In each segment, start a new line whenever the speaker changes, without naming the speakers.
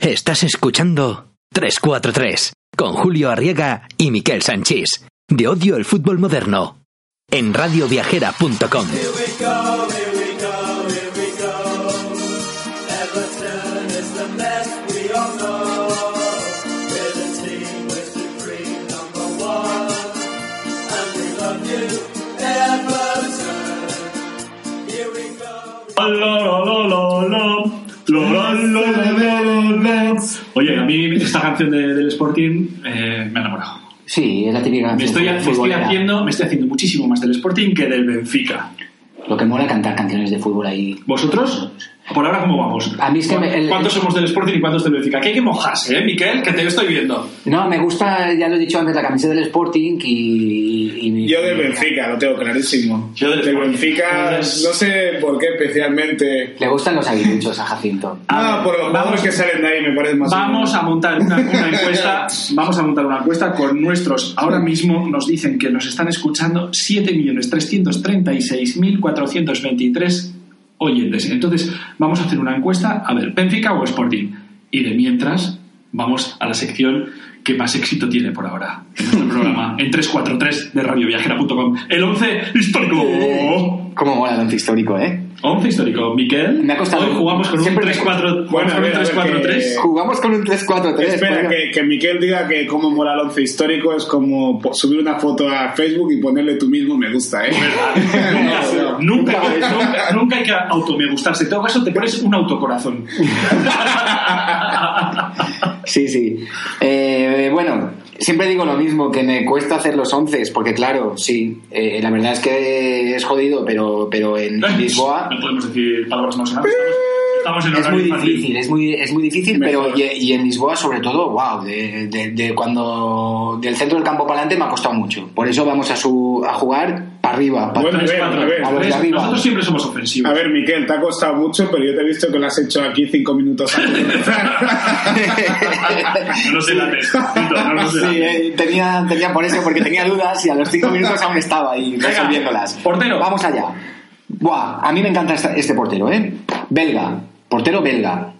Estás escuchando 343 con Julio Arriega y Miquel Sánchez de Odio el Fútbol Moderno en radioviajera.com.
Oye, a mí esta canción de- del Sporting eh, me ha enamorado.
Sí, es la típica
Me
canción
estoy, me estoy
futbolera.
haciendo, me estoy haciendo muchísimo más del Sporting que del Benfica.
Lo que mola cantar canciones de fútbol ahí.
¿Vosotros? Por ahora, ¿cómo vamos?
A mí es que me- el-
¿Cuántos somos del Sporting y cuántos del Benfica? Aquí hay que mojarse, ¿eh, Miquel? Que te lo estoy viendo.
No, me gusta, ya lo he dicho antes, la camiseta del Sporting y... y mi-
Yo del Benfica, lo tengo clarísimo.
Yo del
del
Sporting.
Benfica, no
Entonces-
sé por qué especialmente.
Le gustan los aguiluchos a Jacinto.
A
Ah,
ver,
por los jugadores
vamos-
que salen de ahí me parece más.
Vamos a montar una, una encuesta. vamos a montar una encuesta con nuestros. Ahora mismo nos dicen que nos están escuchando 7.336.423 oyentes. Entonces, vamos a hacer una encuesta. A ver, Benfica o Sporting. Y de mientras, vamos a la sección que más éxito tiene por ahora en nuestro programa en 343 de radioviajera.com. El 11
Eh.
histórico.
¿Cómo mola tanto histórico, eh?
11 histórico, Miquel.
Me ha costado.
Hoy jugamos con
Siempre-
un 3-4-3.
Bueno, a ver, a ver, que-
Jugamos con un 3-4-3.
Eh. Espera,
bueno.
que, que Miquel diga que como mola el once histórico es como po- subir una foto a Facebook y ponerle tú mismo me gusta, ¿eh? No, no.
Nunca, nunca, nunca hay que auto me gustarse. En todo caso, te pones un autocorazón.
Sí, sí. Eh, bueno, siempre digo lo mismo, que me cuesta hacer los once, porque claro, sí, eh, la verdad es que es jodido, pero, pero en Lisboa
No podemos decir palabras más sonadas. Estamos en
es
horario
muy
infantil.
difícil, es muy, es muy difícil,
Mejor.
pero y, y en Lisboa sobre todo, wow, de, de- de cuando del centro del campo para adelante me ha costado mucho. Por eso vamos a, su, a jugar para arriba. pa'
Bueno,
Tres,
a ver,
cuatro,
a ver,
a ver,
tres.
de arriba.
Nosotros siempre somos ofensivos.
A ver, Miquel, te ha costado mucho, pero yo te he visto que lo has hecho aquí cinco minutos antes de empezar.
No nos delates. Tito, No nos
Sí,
delates.
eh, tenía, tenía por eso, porque tenía dudas y a los cinco minutos aún estaba ahí resolviéndolas.
portero.
Vamos allá. Buah, a mí me encanta esta- este portero, ¿eh? Belga, portero belga.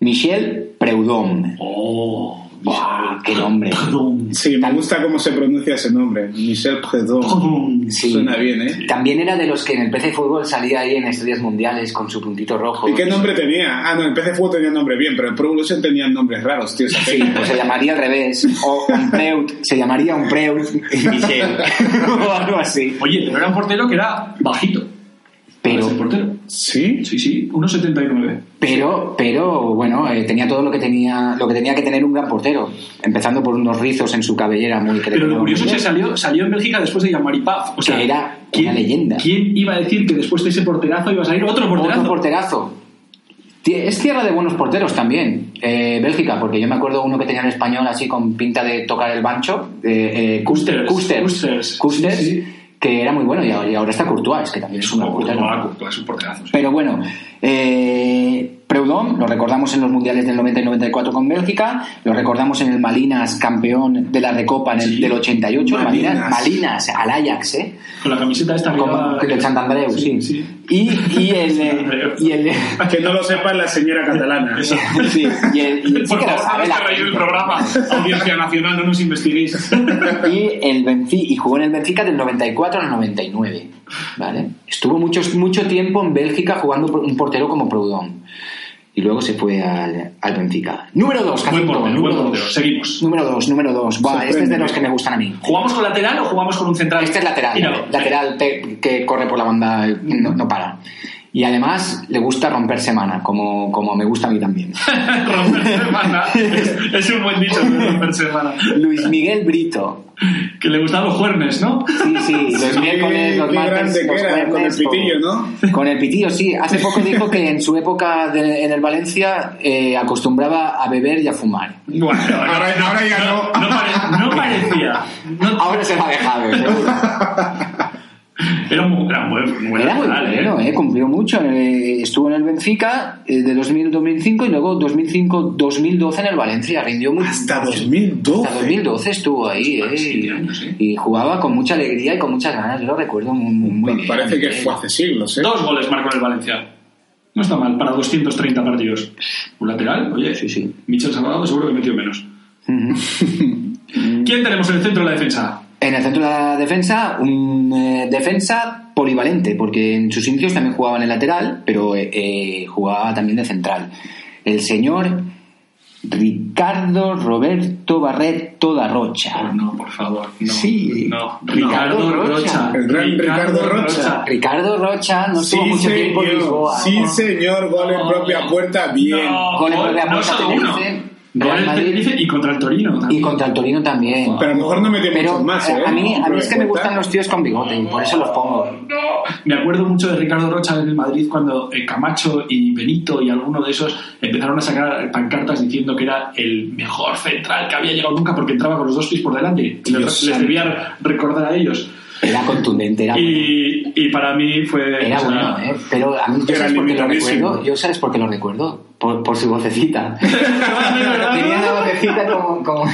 Michel Preudom.
Oh,
Buah, qué nombre.
perdón.
Sí, me gusta cómo se pronuncia ese nombre. Michel Predon.
Perdón.
Sí.
Suena bien, ¿eh?
También era de los que en el PC Fútbol salía ahí en estudios mundiales con su puntito rojo.
¿Y qué nombre tenía? Ah, no, en PC Fútbol tenía nombre bien, pero en Pro Evolution tenían nombres raros, tío. esa
Sí,
gente.
pues se llamaría al revés. O un Preut, se llamaría un Preut y Michel. o algo así.
Oye, pero era un portero que era bajito.
Pero
Ese portero.
¿Sí?
Sí, sí, 1,79.
Pero, pero bueno, eh, tenía todo lo que tenía, lo que tenía que tener un gran portero, empezando por unos rizos en su cabellera muy que le
Pero lo
quedaban
curioso es
muy
que salió, salió en Bélgica después de llamar O sea,
Que era una leyenda.
¿Quién iba a decir que después de ese porterazo iba a salir otro
bien.
porterazo?
Otro porterazo. Tie- Es tierra de buenos porteros también, eh, Bélgica, porque yo me acuerdo uno que tenía en español así con pinta de tocar el bancho, eh, eh, Custer,
Custers,
Custer,
Custers,
Custer,
sí, sí.
que era muy bueno y ahora y ahora está Courtois, que también es un
No,
gran portero.
no, no, no, es un porterazo. sí.
Pero bueno, eh, Preudón, lo recordamos en los mundiales del 90 y 94 con Bélgica, lo recordamos en el Malinas, campeón de la Recopa en el,
Sí.
del 88,
Malinas.
Malinas. Malinas, al Ajax, ¿eh?
Con la camiseta esta
Con,
arriba-
con el Santandreu, sí.
sí.
Y, y el. eh, y el
Que no lo sepa la señora catalana.
Eso.
sí, y el. y- sí
Por
que lo
favor,
sabe
no
la
os perdáis el
gente.
programa. Audiencia Nacional, no nos investiguéis.
Y, el Benfi- y jugó en el Benfica del 94 al 99. ¿vale? Estuvo mucho, mucho tiempo en Bélgica jugando por- un portero como Proudhon. Y luego se fue al, al Benfica. Número 2,
Buen portero, buen
número
portero.
2.
Seguimos.
Número 2, número 2. este es de los que me gustan a mí.
¿Jugamos con lateral o jugamos con un central?
Este es lateral,
Míralo.
lateral te- que corre por la banda, eh, no, no para. Y además le gusta romper semana, como, como me gusta a mí también.
romper semana. Es, es un buen dicho romper semana.
Luis Miguel Brito.
Que le gustaban los juernes, ¿no?
Sí, sí, los miércoles, los
qué
martes,
grande que
los
era, con el
jueves,
pitillo, ¿no?
Con el pitillo, sí. Hace poco dijo que en su época de- en el Valencia eh, acostumbraba a beber y a fumar.
Bueno,
Ahora- ahora ya no.
No, pare- no parecía. No-
Ahora se la ha dejado. seguro.
era un era un buen, un buen
pues
Era muy
lateral, ¿eh?
bueno, eh, cumplió mucho. Eh, estuvo en el Benfica eh, de 2000 2005 y luego 2005-2012 en el Valencia. Rindió mucho.
Hasta 2012.
Hasta 2012 estuvo ahí,
Ah,
Pues
eh,
siete años, ¿eh?
y jugaba con mucha alegría y con muchas ganas. Yo lo recuerdo muy, muy- muy bien.
Pues Parece que
eh.
fue hace siglos, ¿eh?
Dos goles marcó en el Valencia. No está mal, para 230 partidos. Un lateral, oye.
Sí, sí.
Michel Salvador seguro que metió menos. ¿Quién tenemos en el centro de la defensa?
En el centro de la defensa, un eh, defensa polivalente, porque en sus inicios también jugaba en el lateral, pero eh, eh, jugaba también de central. El señor Ricardo Roberto Barreto da
Oh,
Rocha.
no, por favor. No,
Sí.
No.
Ricardo Rocha.
El gran Ricardo Rocha.
Ricardo Rocha no
Sí,
estuvo mucho tiempo en
señor.
Lisboa.
Sí, señor. Gol en
No.
propia puerta. Bien.
Oh. No,
Gol en
gol,
propia
no
puerta,
solo uno.
Tenerife,
Gol
Real
en
Madrid.
Tenerife y contra el Torino
Y
también.
contra el Torino también.
Pero a lo mejor no metió
Pero
muchos más,
eh,
¿eh?
a, mí, a mí es que me gustan
Puerta.
los tíos con bigote, y por eso los pongo.
Me acuerdo mucho de Ricardo Rocha en el Madrid cuando eh, Camacho y Benito y alguno de esos empezaron a sacar pancartas diciendo que era el mejor central que había llegado nunca porque entraba con los dos pies por delante. Les,
Dios
les
santo.
debía recordar a ellos.
Era contundente, era bueno.
Y, y para mí fue.
Era
o sea,
bueno, ¿eh? Pero a mí, ¿yo
Era
sabes por qué lo
limitadísimo.
recuerdo? ¿Yo sabes por qué lo recuerdo? Por, por su vocecita. Tenía la vocecita como, como,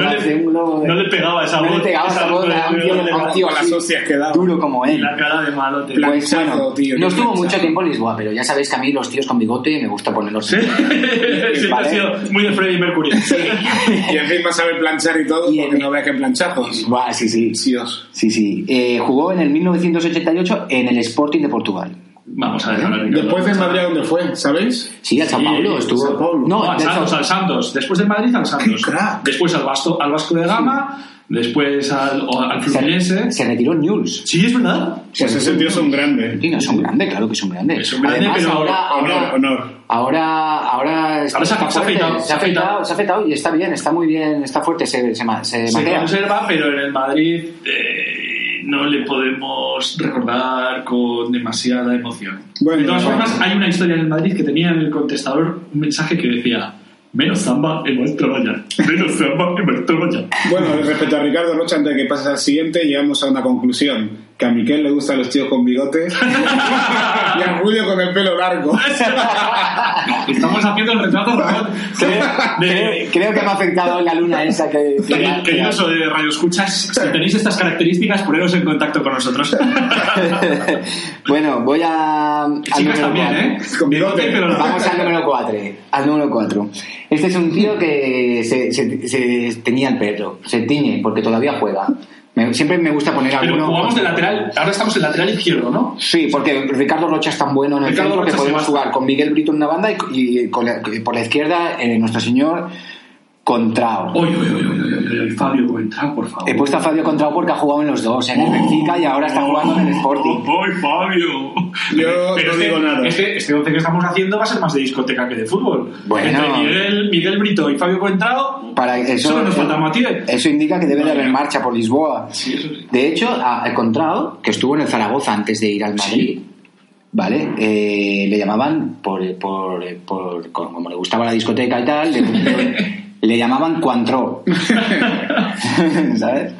No
la
le-
de un globo de-
no le pegaba esa
No
voz,
le pegaba
esa
esa
voz
voz a un
de-
tío,
de-
a un tío
con las
así,
hostias que daba.
duro como
Y
él.
la cara de malo. te-
Plan-
Pues bueno,
Planchado, tío,
no estuvo
planchado.
mucho tiempo en Lisboa, pero ya sabéis que a mí los tíos con bigote me gusta ponerlos.
Sí, siempre
Vale.
ha sido muy de Freddie Mercury.
Y encima sabe planchar y todo
Y
porque
el-
no vea que pues, planchazos.
Buah, sí, sí.
Dios.
Sí, sí. Eh, jugó en el 1988 en el Sporting de Portugal.
Vamos a dejarlo. Ricardo.
Después de Madrid, ¿a ¿dónde fue? ¿Sabéis?
Sí, al San
Sí,
Paulo estuvo.
Sao Paulo.
No,
No, al
del
Santos,
Sao-
al Santos. Después del Madrid, al Santos.
¡Qué crack!
Después al, Vasco, al Vasco de Gama. Después al, o al Fluminense.
se, se retiró en News.
Sí, es verdad.
Pues ese tío es un grande.
Sí, no, es un grande, claro que es un grande.
Es un grande,
Además,
pero
ahora,
Honor,
ahora,
honor.
ahora, ahora, está
se ha-
fuerte,
se ha afeitado,
se ha afeitado, se ha afeitado y está bien, está muy bien, está fuerte, se, se, ma- se
Se
maquea.
conserva, pero en el Madrid eh, no le podemos recordar con demasiada emoción.
Bueno,
de todas
bueno.
formas, hay una historia en el Madrid que tenía en el contestador un mensaje que decía: Menos zamba en nuestro Royal. Menos zamba en nuestro Royal.
Bueno, respecto a Ricardo Rocha, antes de que pases al siguiente, llegamos a una conclusión. Que a Miquel le gustan los tíos con bigote y a Julio con el pelo largo.
Estamos haciendo el retrato Ramón, de-
Creo, creo que me ha afectado la luna esa que... que-
Queridos queridos de Radio Escuchas, si tenéis estas características, poneros en contacto con nosotros.
bueno, voy a... al
Chicas
número
también,
cuatro.
¿eh?
Con bigote.
Bigote, pero no.
Vamos al número 4. Al número 4. Este es un tío que se, se, se teñía el pelo, se tiñe, porque todavía juega. Me- siempre me gusta poner
Pero
alguno.
jugamos de lateral, ahora estamos en lateral izquierdo, ¿no?
Sí, porque Ricardo Rocha es tan bueno en el
Ricardo
centro
Rocha
que podemos
se va.
jugar con Miguel Brito en una banda y, y con la- y por la izquierda eh, nuestro señor Contrao.
Oye, oye, oye, oye, oye, oye, Fabio, comenta, por favor. Oh,
He puesto a Fabio Contrao porque ha jugado en los dos, en el Benfica pues, y ahora está jugando en el Sporting.
¡Ay, oh, Fabio!
Yo no
este,
digo nada.
Este, este once que estamos haciendo va a ser más de discoteca que de fútbol.
Bueno.
Entre Miguel, Miguel Brito y Fabio Coentrao,
Para eso, eh,
solo nos falta Matías.
eso indica que debe de haber marcha por Lisboa.
Sí, eso sí.
De hecho, a- al Contrao, que estuvo en el Zaragoza antes de ir al Madrid, ¿vale? Eh, le llamaban, por, por- por- como como le gustaba la discoteca y tal, le, le llamaban Cuantro. ¿Sabes?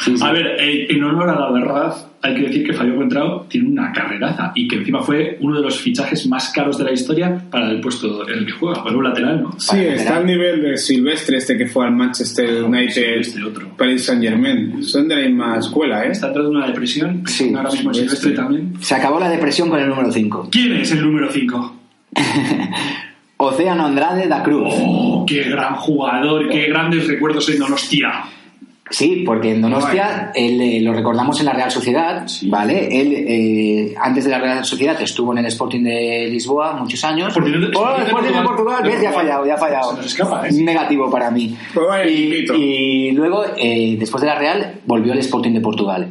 Sí, sí.
A ver, eh, en honor a la verdad, hay que decir que Fabio Contrao tiene una carreraza y que encima fue uno de los fichajes más caros de la historia para el puesto en el que juega, para un lateral, ¿no?
Sí, está al nivel de Silvestre, este que fue al
pues,
Manchester United,
Silvestre, otro.
Paris Saint Germain. Son de la misma escuela, ¿eh?
Está entrando en una depresión,
Sí,
ahora mismo en Silvestre también.
Se acabó la depresión con el número 5.
¿Quién es el número 5?
Océano Andrade da Cruz.
¡Oh, qué gran jugador! ¡Qué grandes recuerdos en Donostia!
Sí, porque en Donostia él, eh, lo recordamos en la Real Sociedad, ¿vale? Él, eh, antes de la Real Sociedad, estuvo en el Sporting de Lisboa muchos años.
Sporting de-
Oh, el Sporting de Portugal, ¿ves? Ya ha fallado, ya ha
Se
fallado.
nos escapa, ¿eh?
Negativo para mí.
Pues vaya
y,
equipito.
y luego, eh, después de la Real, volvió al Sporting de Portugal.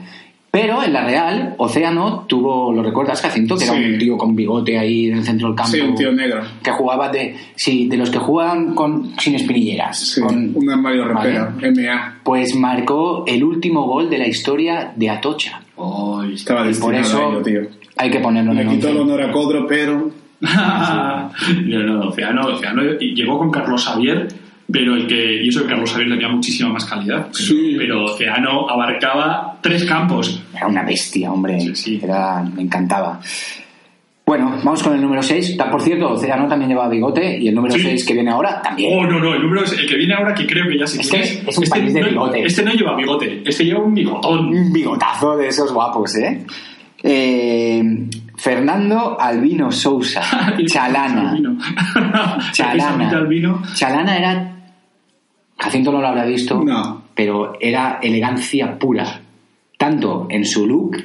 Pero en la Real, Océano tuvo, lo recuerdas, Jacinto, que era
Sí.
un tío con bigote ahí en el centro del campo.
Sí, un tío negro.
Que jugaba de. Sí, de los que juegan con, sin espinilleras.
Sí,
con-
un armario repera, MA.
Pues marcó el último gol de la historia de Atocha.
Ay, está-
Estaba
Y por
destinado a
eso
ello, tío.
hay que ponerlo en el
Le quitó el
once.
honor a Codro, pero
no, no, Oceano, Oceano y llegó con Carlos Javier, pero el que. Y eso que Carlos Javier le tenía muchísima más calidad. pero-
Sí.
Pero Oceano abarcaba tres campos.
Era una bestia, hombre.
Sí, sí.
Era, me encantaba. Bueno, vamos con el número 6. Por cierto, Oceano también lleva bigote y el número
Sí.
6 que viene ahora también.
Oh, no, no, el número es el que viene ahora, que creo que ya sí
Este es un
este
país de
no-
bigote. Mm.
Este no lleva bigote, este lleva un bigotón.
Un bigotazo de esos guapos, ¿eh? Eh, Fernando Albino Sousa, Chalana.
Albino. Precisamente
Chalana.
Albino.
Chalana era. Jacinto no lo habrá visto,
No.
pero era elegancia pura. Tanto en su look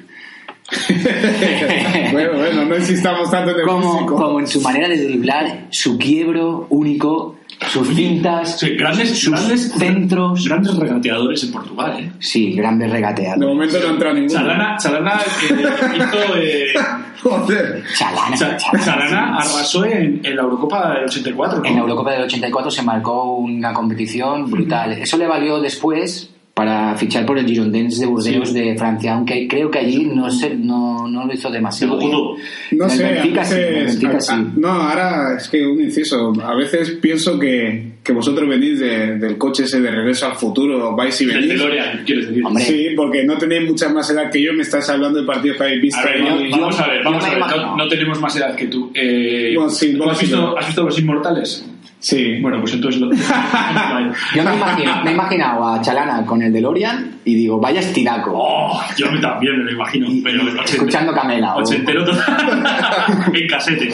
bueno, bueno, no insistamos tanto en el
como,
físico.
como en su manera de driblar, su quiebro único, sus cintas,
Sí, grandes,
sus
grandes
centros.
Grandes regateadores en Portugal, ¿eh?
Sí, grandes regateados.
De momento no entra ninguno.
Chalana, Chalana eh, hizo. eh,
Joder.
Chalana,
Cha-
Chalana.
Chalana arrasó en, en la Eurocopa del 84. ¿no?
En la Eurocopa del 84 se marcó una competición brutal. Eso le valió después para fichar por el Girondins de Burdeos de Francia, aunque creo que allí no, se, no, no lo hizo demasiado.
Jugó
bien.
todo.
No
En el
sé,
Benfica
a
sí, en el
veces.
Benfica
a-
sí.
a- no, ahora es que un inciso. A veces pienso que, que vosotros venís de- del coche ese de regreso al futuro, vais y
Del
venís.
DeLorean, quieres decir.
Hombre.
Sí, porque no tenéis mucha más edad que yo, me estáis hablando de partidos que habéis visto.
A ver,
¿no?
vamos, vamos a ver,
yo
vamos
me
a ver. No,
imagino.
no tenemos más edad que tú. Eh,
Bueno, sí,
¿tú
bueno,
has,
sí,
visto,
yo.
¿Has visto Los Inmortales?
Sí,
Bueno, pues entonces lo.
Yo me, imagino, me he imaginado a Chalana con el DeLorean y digo, vaya estilaco.
Oh, yo me también me lo imagino,
Y-
pero
y
ochentero-
escuchando Camela, o-
Ochentero total. en casete.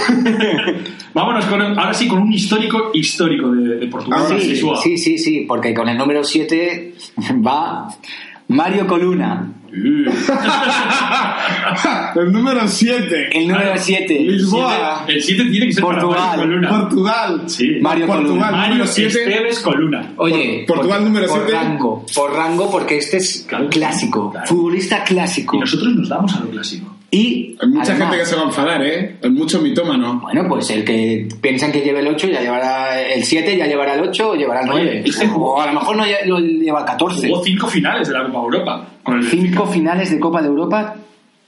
Vámonos con, ahora sí con un histórico histórico de, de Portugal.
Ahora
sí,
Sisua.
sí, sí, sí, porque con el número 7 va Mario Coluna.
Uh.
el número 7,
El número 7,
Lisboa,
El 7 tiene que ser
Portugal,
para Mario Coluna.
Portugal,
Sí.
Mario Coluna.
Portugal,
Mario
número 7.
Esteves Coluna.
Oye,
Por- Portugal
por-
número
por
siete.
rango, por rango, porque este es
Claro,
clásico,
claro.
futbolista
Y
clásico.
nosotros nos damos a lo clásico.
Y
Hay mucha
además,
gente que se va a enfadar, ¿eh? Hay mucho mitómano.
Bueno, pues el que piensan que lleva el 8 ya llevará el 7, ya llevará el 8 o llevará el
Oye,
9.
este jugó-
o a lo mejor no lle- lo lleva el 14.
Jugó cinco finales de la Copa Europa. Con el
Cinco finales de Copa de Europa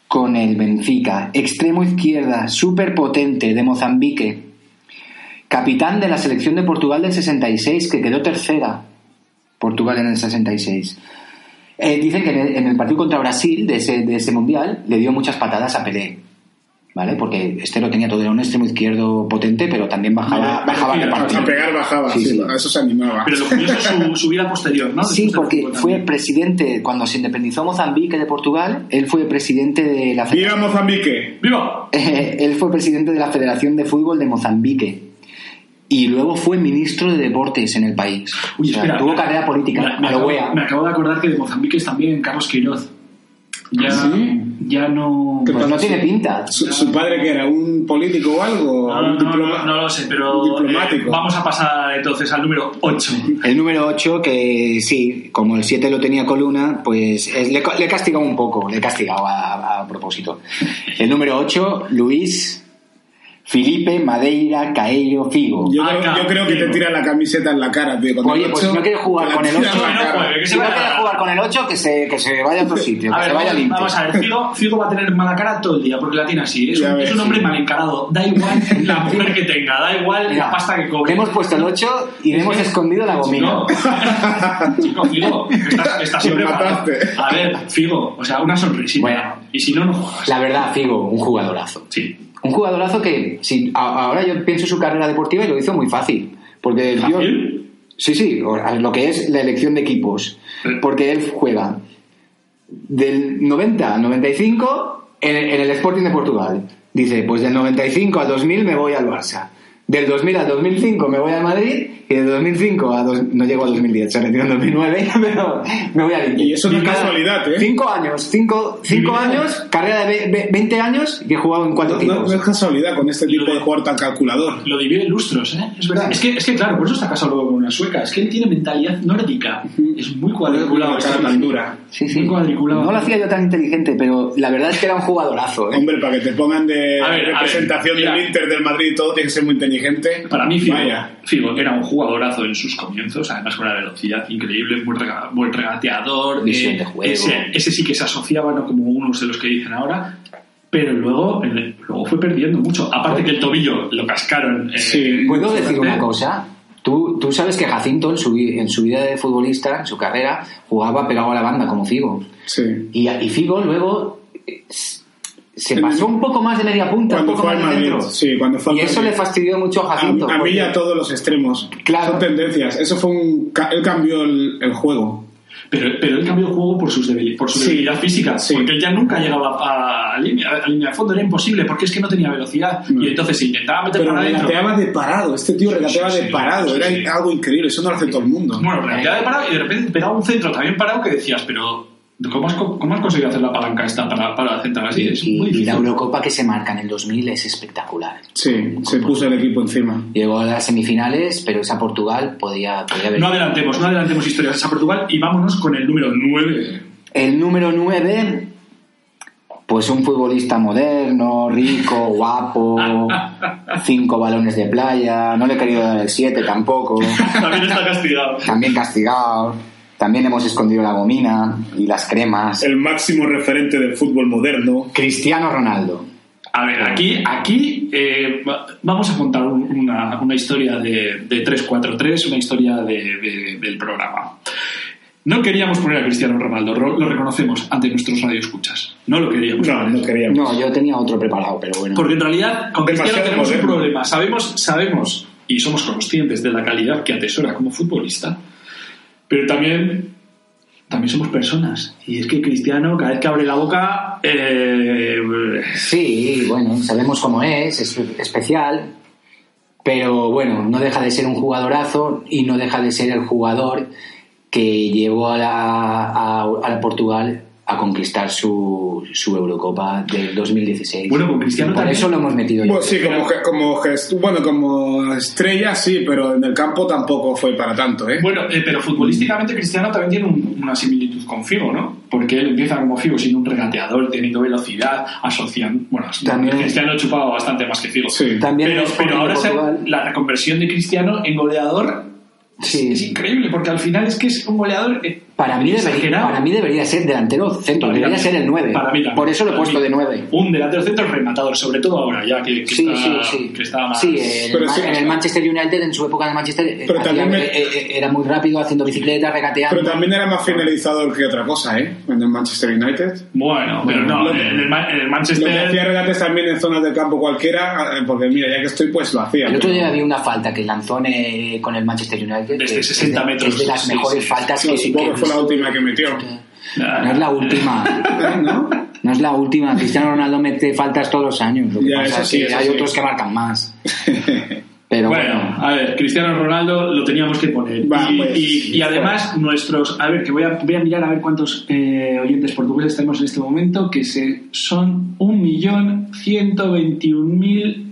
con el Benfica, extremo izquierda, superpotente de Mozambique, capitán de la selección de Portugal del 66, que quedó tercera Portugal en el 66. Eh, dicen que en el, en el partido contra Brasil de ese, de ese mundial le dio muchas patadas a Pelé. ¿Vale? Porque este lo tenía todo, era un extremo izquierdo potente, pero también bajaba,
Vale,
bajaba de
mira,
partido.
A pegar bajaba,
Sí,
sí,
sí.
a eso se animaba.
Pero lo curioso es su, su vida posterior, ¿no?
Sí,
Después del
porque
fútbol
fue
también.
presidente, cuando se independizó Mozambique de Portugal, él fue presidente de la
¡Viva Mozambique!
¡Viva!
él fue presidente de la Federación de Fútbol de Mozambique. Y luego fue ministro de deportes en el país.
Uy,
O sea,
espera.
tuvo carrera política,
Me, me
a lo
acabo,
wea.
me acabo de acordar que de Mozambique es también Carlos Queiroz.
¿Ah,
Ya,
¿Sí?
ya no.
¿Qué
Pues no
pasa?
tiene pinta.
¿Su, su padre que era un político o algo?
No,
¿O un
no, no,
diploma-
no lo sé, pero
un diplomático.
eh, vamos a pasar entonces al número 8.
El número 8, que sí, como el 7 lo tenía Coluna, pues es- le, he castigado un poco, le he castigado a, a propósito. El número 8, Luis Felipe Madeira Caello Figo.
Yo,
Ah,
creo,
claro,
yo creo que
digo.
te tira la camiseta en la cara, tío. Con
Oye,
el
pues
ocho,
si no quieres jugar
te la
con el
tira en
ocho,
la
no
cara.
juegues. Que se
Si no
vaya-
quiere jugar con el 8, que se, que se vaya a otro sitio,
A
que
ver,
se vaya
vamos,
limpio.
vamos a ver, Figo, Figo va a tener mala cara todo el día porque la tiene así. Es
Ya
un,
ves,
es un hombre
sí.
mal encarado. Da igual la mujer que tenga, da igual
Mira,
la pasta que cobre.
le hemos puesto el 8 y le hemos escondido la gomina.
No. Chico, Figo, estás, estás
Lo
siempre
mataste.
mal. A ver, Figo, o sea, una sonrisita.
Bueno.
Y si no, no juegas.
La verdad, Figo, un jugadorazo.
Sí.
Un jugadorazo que si, a- ahora yo pienso su carrera deportiva y lo hizo muy fácil. Porque el tío-
¿Fácil?
sí, sí, o- a lo que es la elección de equipos.
Mm.
Eh.
Porque él juega del 90 al 95 en, en el Sporting de Portugal. Dice, pues del 95 al 2000 me voy al Barça. Del 2000 al 2005 me voy a Madrid y del 2005 a... dos- no llego al 2010, se metió en 2009, pero me voy a Liverpool.
Y eso no es
cada
casualidad, ¿eh? Mm.
Cinco años, cinco, cinco
Mira.
años, carrera de ve- ve- 20 años y he jugado en cuatro
No, no
títulos.
es casualidad con este tipo de jugador tan calculador.
Lo dividió en lustros, ¿eh? Es verdad. Es que, es que claro, por eso está casado luego con una sueca. Es que él tiene mentalidad nórdica. Es muy cuadriculado.
Una cara
este
tan
tío.
dura.
Sí, sí.
Muy cuadriculado.
No lo hacía yo tan inteligente, pero la verdad es que era un jugadorazo, ¿eh?
Hombre, para que te pongan de
A ver, a ver,
representación
mira.
del Inter, del Madrid y todo, tiene que ser muy inteligente.
Para mí, Figo,
Vaya.
Figo era un jugadorazo en sus comienzos, además con una velocidad increíble, buen, rega- buen regateador. eh,
Visión de juego.
Ese, ese sí que se asociaba, no como unos de los que dicen ahora, pero luego, el- luego fue perdiendo mucho. Aparte que el tobillo lo cascaron. eh,
Sí.
¿Puedo decir
fuerte.
una cosa? Tú, tú sabes que Jacinto en su, vi- en su vida de futbolista, en su carrera, jugaba pegado a la banda como Figo.
Sí.
Y, y Figo luego eh, s- se
En
pasó un poco más de media punta, un
Cuando
poco
fue
más
al
de
Madrid.
centro.
Sí, cuando fue al
y eso
Madrid.
le fastidió mucho a
A,
Jacinto.
a mí
porque-
y a todos los extremos.
Claro.
Son tendencias. Eso fue un. ca- Él cambió el, el juego.
Pero, pero él cambió el juego por, sus debili- por su
Sí.
debilidad física,
Sí.
porque él ya nunca llegaba a línea, a línea de fondo, era imposible, porque es que no tenía velocidad.
No.
Y entonces se intentaba meter
Pero
para adentro.
regateaba de parado. Este tío
Sí,
regateaba
sí,
de
sí.
parado.
Sí,
Era
sí.
algo increíble. Eso no lo hace todo el mundo.
Bueno, regateaba de parado y de repente pegaba un centro también parado que decías, pero ¿cómo has, co- cómo has conseguido hacer la palanca esta para, para centrar así? Es
y-
muy
y la
difícil.
Eurocopa que se marca en el 2000 es espectacular.
Sí, se puso el equipo encima.
Llegó a las semifinales, pero esa Portugal podía, podía haber.
No adelantemos, no adelantemos historias a Portugal y vámonos con el número 9.
El número 9, pues un futbolista moderno, rico, guapo, cinco balones de playa, no le he querido dar el 7 tampoco,
También está castigado.
también castigado, también hemos escondido la gomina y las cremas.
El máximo referente del fútbol moderno.
Cristiano Ronaldo.
A ver, aquí, aquí eh, va- vamos a contar un- una, una historia de, de 343, una historia de- de- del programa. No queríamos poner a Cristiano Ronaldo, ro- lo reconocemos ante nuestros radioescuchas. No lo queríamos.
No, no queríamos.
No, yo tenía otro preparado, pero bueno.
Porque en realidad con Cristiano
Demasiado
tenemos un
moderno.
problema. Sabemos, sabemos y somos conscientes de la calidad que atesora como futbolista, pero también, también somos personas. Y es que Cristiano, cada vez que abre la boca, eh,
Sí, bueno, sabemos cómo es, es especial, pero bueno, no deja de ser un jugadorazo y no deja de ser el jugador que llevó a, la, a, a la Portugal a conquistar su, su Eurocopa del 2016.
Bueno, con Cristiano
Por
también.
eso lo hemos metido.
Bueno,
yo.
sí, como, ge- como, gest- bueno, como estrella sí, pero en el campo tampoco fue para tanto, ¿eh?
Bueno, eh, pero futbolísticamente Cristiano también tiene un- una similitud con Figo, ¿no? Porque él empieza como Figo siendo un regateador, teniendo velocidad, asociando... Bueno,
También-
Cristiano chupaba bastante más que Figo.
Sí.
También
pero,
es por
pero ahora se-
Portugal.
la reconversión de Cristiano en goleador
Sí.
es increíble, porque al final es que es un goleador eh,
Para mí, debería,
exagerado.
para mí debería ser delantero centro,
Para mí
debería ser
también.
el 9.
Para mí también.
Por eso lo he
Para
puesto
mí.
de 9.
Un delantero centro rematador, sobre todo ahora, ya que, que
Sí,
está,
sí, sí.
que está más...
Sí, eh. en,
Pero
Ma-
sí.
en el Manchester United, en su época de Manchester, eh,
Pero
hacía-
también me-
eh, eh, era muy rápido haciendo bicicleta, regateando.
Pero también era más finalizador que otra cosa, ¿eh? En el Manchester United.
Bueno, pero no,
Bueno, lo-
en, el, Ma- en el
Lo que hacía
Manchester...
regates también en zonas del campo cualquiera, eh, porque mira, ya que estoy, pues lo hacía.
El otro
pero-
día había una falta que lanzó en, eh, con el Manchester United.
Desde
que
60
es de-
metros.
Es de las
Sí,
mejores
sí.
faltas
No,
que,
supongo que fue la última que metió.
No es la última.
Ah, ¿No?
No es la última. Cristiano Ronaldo mete faltas todos los años. Lo que
Ya,
pasa
eso
es
sí,
que
eso
hay
sí.
otros que marcan más. Pero bueno.
Bueno, a ver, Cristiano Ronaldo lo teníamos que poner.
Va,
y,
pues,
y- y además nuestros... A ver, que voy a, voy a mirar a ver cuántos eh, oyentes portugueses tenemos en este momento, que se, son 1.121.000...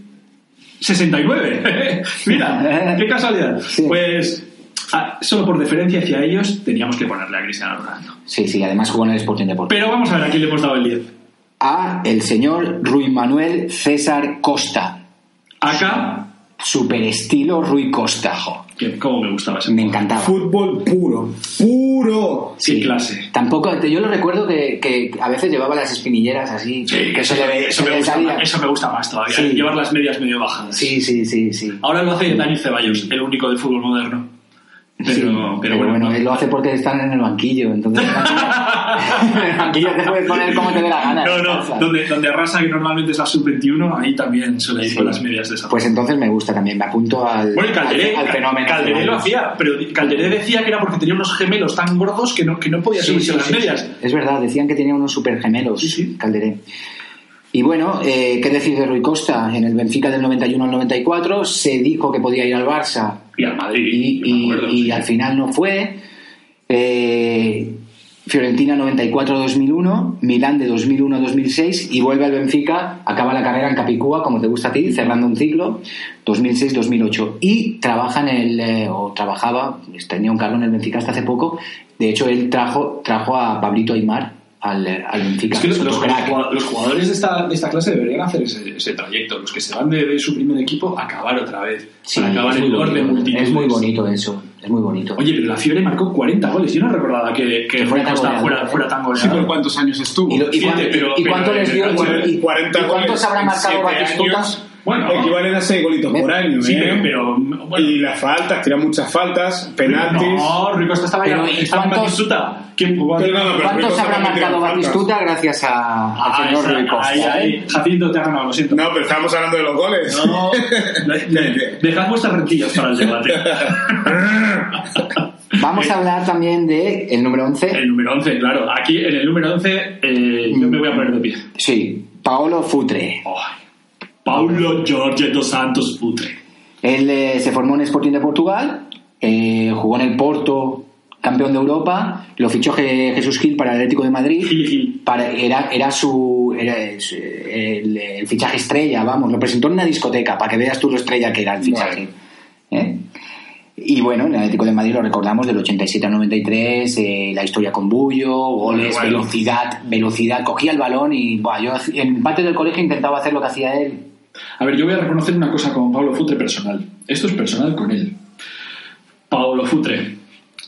69. Mira, qué casualidad.
Sí.
Pues ah, solo por deferencia hacia ellos teníamos que ponerle a Cristiano Ronaldo.
Sí, sí, además jugó en el Sporting de Portugal.
Pero vamos a ver a quién le hemos dado el 10.
A el señor Rui Manuel César Costa.
Acá,
Super estilo Rui Costa. jo.
que como me gustaba ese
Me
juego.
encantaba.
Fútbol puro. ¡Puro!
Qué clase.
Tampoco, yo lo recuerdo que, que a veces llevaba las espinilleras así.
Sí,
que
eso,
se le-
eso
se
me
le
gusta
salía.
más, eso me gusta más todavía.
Sí.
Llevar las medias medio bajas.
Sí, sí, sí, sí.
Ahora lo hace Dani Ceballos, el único de fútbol moderno. Pero,
Sí,
pero bueno, no.
él lo hace porque están en el banquillo, entonces en el banquillo te puedes poner como te dé la gana.
No,
descansas.
no, donde, donde arrasa que normalmente es la sub-21, ahí también suele ir
Sí.
con las medias de esa.
Pues entonces me gusta también, me apunto al,
bueno, y Calderé,
al, al fenómeno.
Calderé lo hacía, pero Calderé decía que era porque tenía unos gemelos tan gordos que no, que no podía
Sí,
subirse
sí,
a las
sí,
medias.
sí. Es verdad, decían que tenía unos super gemelos,
Sí, sí.
Calderé. Y bueno, eh, ¿qué decir de Rui Costa? En el Benfica del 91 al 94 se dijo que podía ir al Barça
Y al Madrid.
y,
yo me
y-
acuerdo,
y
sí.
al final no fue. Eh, Fiorentina 94-2001, Milán de 2001-2006 y vuelve al Benfica, acaba la carrera en Capicúa, como te gusta a ti, cerrando un ciclo, 2006-2008. Y trabaja en el, eh, o trabajaba, pues, tenía un cargo en el Benfica hasta hace poco, de hecho él trajo, trajo a Pablito Aymar al, eh, al Benfica.
Es que los,
otro
los-
crack.
los jugadores de esta, de esta clase deberían hacer ese, ese trayecto. Los que se van de, de su primer equipo, acabar otra vez.
Sí,
para acabar
es
en
muy
gol de
bonito,
multitudes.
Es muy bonito eso, es muy bonito.
Oye, pero la Fiore marcó 40 goles. Yo no recordaba que, que,
Que fuera tan
Costa
goleador,
fuera, fuera
¿eh?
tan
Sí,
goleador.
pero ¿cuántos años estuvo?
¿Y, lo- y
siete,
cuánto-
pero-
y
pero
cuánto
en
les
el
dio? ¿Y
Manchester-
cuánto-
y 40
¿Y cuántos
goles
habrá
en
marcado
siete
Batistuta?
años.
Bueno,
equivalen a 6 golitos por año.
sí,
¿eh?
pero, pero, bueno,
Y las faltas, tira muchas faltas, penaltis.
No, Rui Costa estaba
Pero,
ya.
¿y
Estaba en
cuántos-
Batistuta. ¿Quién jugó?
Pero no, no, pero
¿Cuántos
Rui Costa
habrá
también tira
marcado
faltas.
Batistuta gracias a, al
Ah,
señor
esa-
Rui Costa?
ahí, ahí. Jacinto te ha ganado, lo siento.
No, pero estábamos hablando de los goles. Este,
No, de- de- dejad vuestras rentillas para el debate.
Vamos a hablar también de el número 11.
El número 11, claro. Aquí en el número 11 eh, yo me voy a poner de pie.
Sí, Paolo Futre.
Ay, Paulo Jorge dos Santos Putre.
Él eh, se formó en Sporting de Portugal, eh, jugó en el Porto, campeón de Europa, lo fichó Je- Jesús Gil para el Atlético de Madrid.
Gil, Gil.
Para, era, era su. era eh, su- el, el fichaje estrella, vamos, lo presentó en una discoteca para que veas tú lo estrella que era el fichaje. ¿Eh? Y bueno, en el Atlético de Madrid lo recordamos del 87 al 93, eh, la historia con Bullo, goles,
Bueno, bueno.
velocidad, velocidad, cogía el balón y buah, yo hac- en el patio del colegio intentaba hacer lo que hacía él.
A ver, yo voy a reconocer una cosa con Pablo Futre personal. Esto es personal con él. Pablo Futre,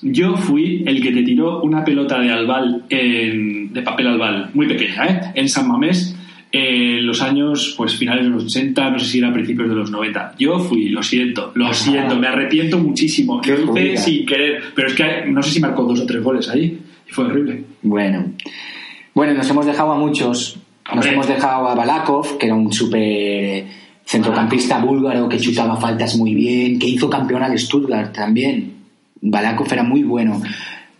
yo fui el que te tiró una pelota de albal, en- de papel albal, muy pequeña, ¿eh? en San Mamés, eh, en los años, pues finales de los 80, no sé si era principios de los 90. Yo fui, lo siento, lo siento, me arrepiento muchísimo.
Qué
Lo hice
jodida.
sin querer, pero es que no sé si marcó dos o tres goles ahí. Y fue horrible.
Bueno, bueno, nos hemos dejado a muchos. Nos
Hombre.
hemos dejado a Balakov, que era un súper centrocampista búlgaro que chutaba faltas muy bien, que hizo campeón al Stuttgart también. Balakov era muy bueno.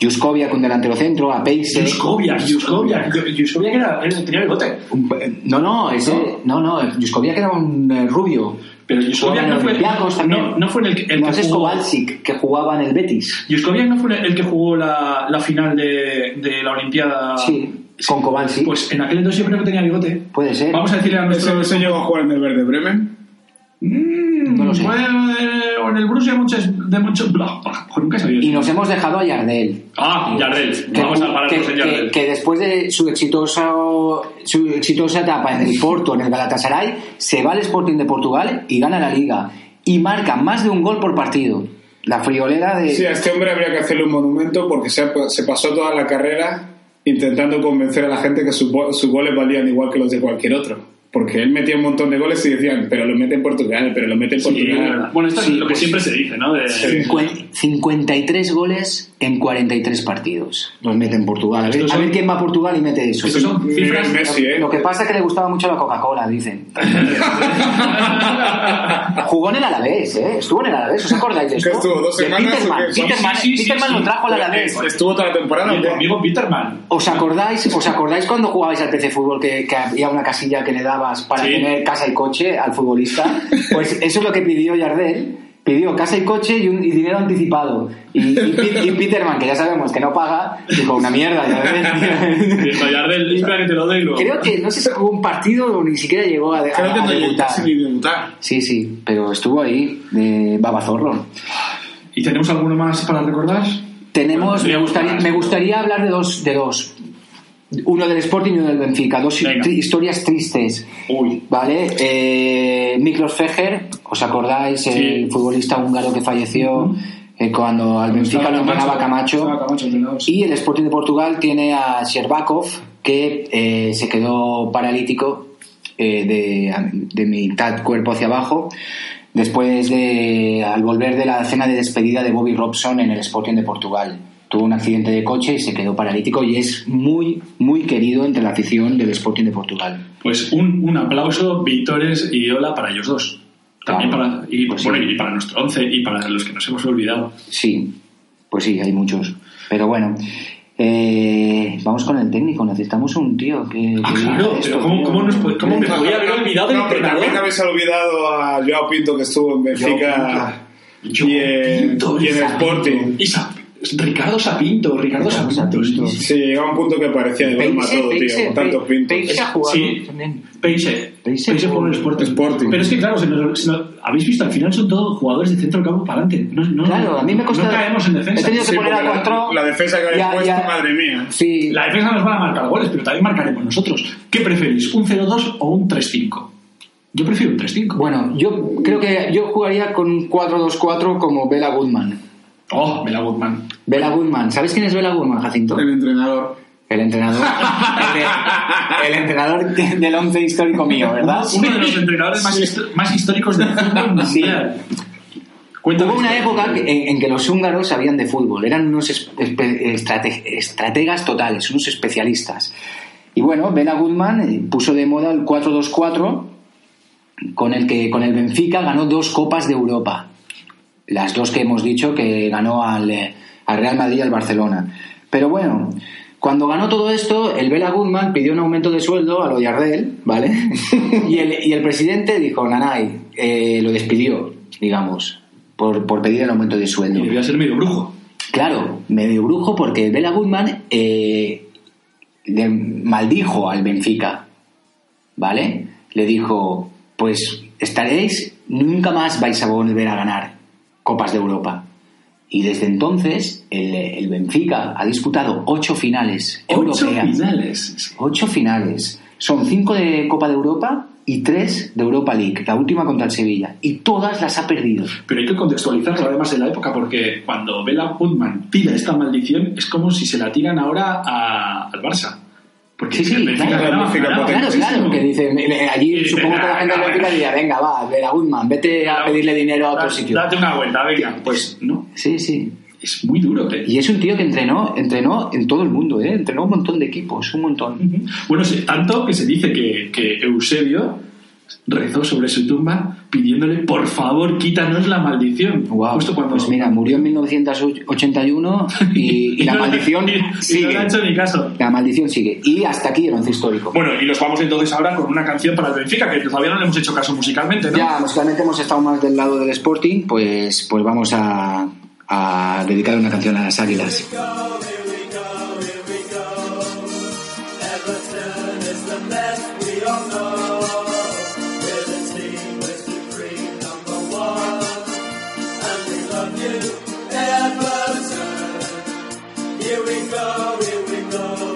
Yuskovia con delantero centro, a Peixe.
Yuskovia, Yuskovia, Yuskovia que era, era- tenía bigote.
Un pe- No, no, ese, no, no, Yuskoviak era un eh, rubio.
Pero Yuskovia
Jugaba en
no fue,
Olympiacos también.
no, no fue en el, que- el
no,
que
ese es
jugó-
Kowalczyk, que jugaba en el Betis.
Yuskoviak no fue el que jugó la, la final de, de la Olimpiada.
Sí, con Kowalczyk.
Ah, Pues en aquel entonces yo creo que tenía bigote.
Puede ser.
Vamos a decirle a
¿Ese,
nuestro.
ese este llegó a jugar en el Verde Bremen?
Mm,
No lo sé.
bueno, eh, o en el Borussia de muchos. De muchos bla, bla, nunca sabía
Y
eso.
nos hemos dejado a Yardel.
Ah, Yardel. Vamos a
que,
pararnos en
que-
Yardel.
que después de su exitoso su exitosa etapa en el Porto, en el Galatasaray, se va al Sporting de Portugal y gana la Liga y marca más de un gol por partido. La friolera de
Sí, a este hombre habría que hacerle un monumento porque se, ha- se pasó toda la carrera intentando convencer a la gente que sus bo- sus goles valían igual que los de cualquier otro. Porque él metía un montón de goles y decían, pero lo mete en Portugal, pero lo mete en
Sí, es
Portugal.
verdad. bueno, esto
Sí,
es lo que
pues-
siempre se dice, ¿no? De-
Sí.
cincuen- 53 goles en 43 partidos. Los mete en Portugal. A ver,
Estos
a
son-
ver quién va a Portugal y mete eso.
Estos son
Nivel
cifras.
Messi, ¿eh?
Lo que pasa es que le gustaba mucho la Coca-Cola, dicen. Jugó en el Alavés, ¿eh? Estuvo en el Alavés, ¿os acordáis de
¿Qué
esto?
estuvo? ¿Dos
De
semanas o
Peterman.
qué? Sí,
Peterman,
sí, sí,
Peterman
sí,
lo
sí.
trajo al Alavés.
¿Estuvo toda la temporada?
Oye,
¿o qué?
tu amigo Peterman.
¿Os acordáis, ¿Os acordáis cuando jugabais al PC Fútbol que, que había una casilla que le dabas para
Sí.
tener casa y coche al futbolista? Pues eso es lo que pidió Yardel. Pidió casa y coche y, un- y dinero anticipado. Y, y Pit- y Peterman, que ya sabemos que no paga, dijo una mierda. Yardel".
Dijo, Yardel, espera que te lo doy luego.
Creo que no sé si jugó un partido o ni siquiera llegó a, a-
Creo que
a
no llegó
debutar.
casi ni debutar.
Sí, sí, pero estuvo ahí de babazorro.
¿Y tenemos alguno más para recordar?
Tenemos,
Bueno,
me, gustaría, me gustaría hablar de dos, de dos. Uno del Sporting y uno del Benfica. Dos
Venga.
tri- historias tristes.
Uy.
¿Vale? Eh, Miklos Fejer, ¿os acordáis? El
Sí.
futbolista húngaro que falleció eh, cuando al Benfica lo ganaba
Estaba
Camacho.
Camacho, ¿verdad?
Y el Sporting de Portugal tiene a Sherbakov, que eh, se quedó paralítico eh, de, de mitad cuerpo hacia abajo. Después de, al volver de la cena de despedida de Bobby Robson en el Sporting de Portugal, tuvo un accidente de coche y se quedó paralítico y es muy, muy querido entre la afición del Sporting de Portugal.
Pues un, un aplauso, Vítores y hola para ellos dos. También
Claro.
para, y,
Pues sí.
bueno, y para nuestro once y para los que nos hemos olvidado.
Sí, pues sí, hay muchos. Pero bueno, Eh, vamos con el técnico, necesitamos un tío que...
Ah,
que diga
claro,
esto,
pero ¿cómo,
tío.
cómo nos puede- cómo me
No,
voy a haber
pero-
olvidado del
no, pero También
entrenador?
habéis olvidado a Joao Pinto que estuvo en Benfica
Yo,
y en,
Pinto,
y en
Isa-
Sporting.
y Sa- Ricardo Sapinto, Ricardo
Ricardo
Sapinto. sí,
Sapinto.
sí.
Sí, llegaba un punto que parecía de broma
Peixe,
todo, tío,
Peixe,
con tantos pintos.
Peixe ha jugado
Sí.
también.
Peixe.
Peixe
Peixe jugó en el Sporting.
Sporting.
Pero es que, claro, se nos- se nos- habéis visto, al final son todos jugadores de centro campo para adelante. No, no-
Claro, a mí me costó...
No caemos en defensa.
He tenido que
Sí,
poner a
porque la-
control...
la defensa que habéis puesto, madre mía.
Sí,
La defensa nos va a marcar goles, pero también marcaremos nosotros. ¿Qué preferís, un 0-2 o un 3-5? Yo prefiero un 3-5.
bueno, yo creo que yo jugaría con un 4-2-4 como Bela Goodman.
Oh, Mela Guzmán.
Bela Goodman, ¿sabes quién es Bela Goodman, Jacinto?
El entrenador.
El entrenador. el, el entrenador de- del once histórico mío, ¿verdad?
Uno de los entrenadores más, histo- más históricos del fútbol mundial. Cuéntame.
Hubo una época que- en, en que los húngaros sabían de fútbol, eran unos es- espe- estrate- estrategas totales, unos especialistas. Y bueno, Bela Goodman eh, puso de moda el 4-2-4, con el que con el Benfica ganó dos Copas de Europa. Las dos que hemos dicho que ganó al, eh, al Real Madrid y al Barcelona. Pero bueno, cuando ganó todo esto, el Bela Goodman pidió un aumento de sueldo a lo Yardel, ¿vale? y, el, y el presidente dijo, Nanay, eh, lo despidió, digamos, por, por pedir el aumento de sueldo.
Y debía ser medio brujo.
Claro, medio brujo porque Bela Goodman eh, le maldijo al Benfica, ¿vale? Le dijo, pues estaréis, nunca más vais a volver a ganar Copas de Europa. Y desde entonces el, el Benfica ha disputado ocho finales
Ocho
europeas.
finales.
Ocho finales. Son cinco de Copa de Europa y tres de Europa League, la última contra el Sevilla. Y todas las ha perdido.
Pero hay que contextualizarlo además de la época, porque cuando Bela Guzmán tira esta maldición, es como si se la tiran ahora a- al Barça. Porque
Sí, sí,
el Benfica
claro,
ganaba,
Benfica
ganaba
Claro, claro,
muchísimo.
que dicen, eh,
Y
allí
dice,
supongo que la gente
"Ah,
de Benfica
bueno".
diría, venga, va, ver a Guzmán, vete a pedirle dinero a otro
Date-
sitio.
Date una vuelta, venga. Pues no,
Sí, sí.
es muy duro. eh.
Y es un tío que entrenó, entrenó en todo el mundo, ¿eh? entrenó un montón de equipos, un montón.
Ujú. Bueno, se- tanto que se dice que, que Eusebio rezó sobre su tumba pidiéndole, por favor, quítanos la maldición.
Wow.
Justo cuando...
Pues mira, murió en 1981 y, y la
no le-
maldición
y- y no le ha
sigue.
hecho ni caso.
La maldición sigue. Y hasta aquí el once histórico.
Bueno, y nos vamos entonces ahora con una canción para el Benfica, que todavía no le hemos hecho caso musicalmente, ¿no?
Ya, musicalmente hemos estado más del lado del Sporting, pues, pues vamos a, a dedicar una canción a las águilas.
Here we go, here we go.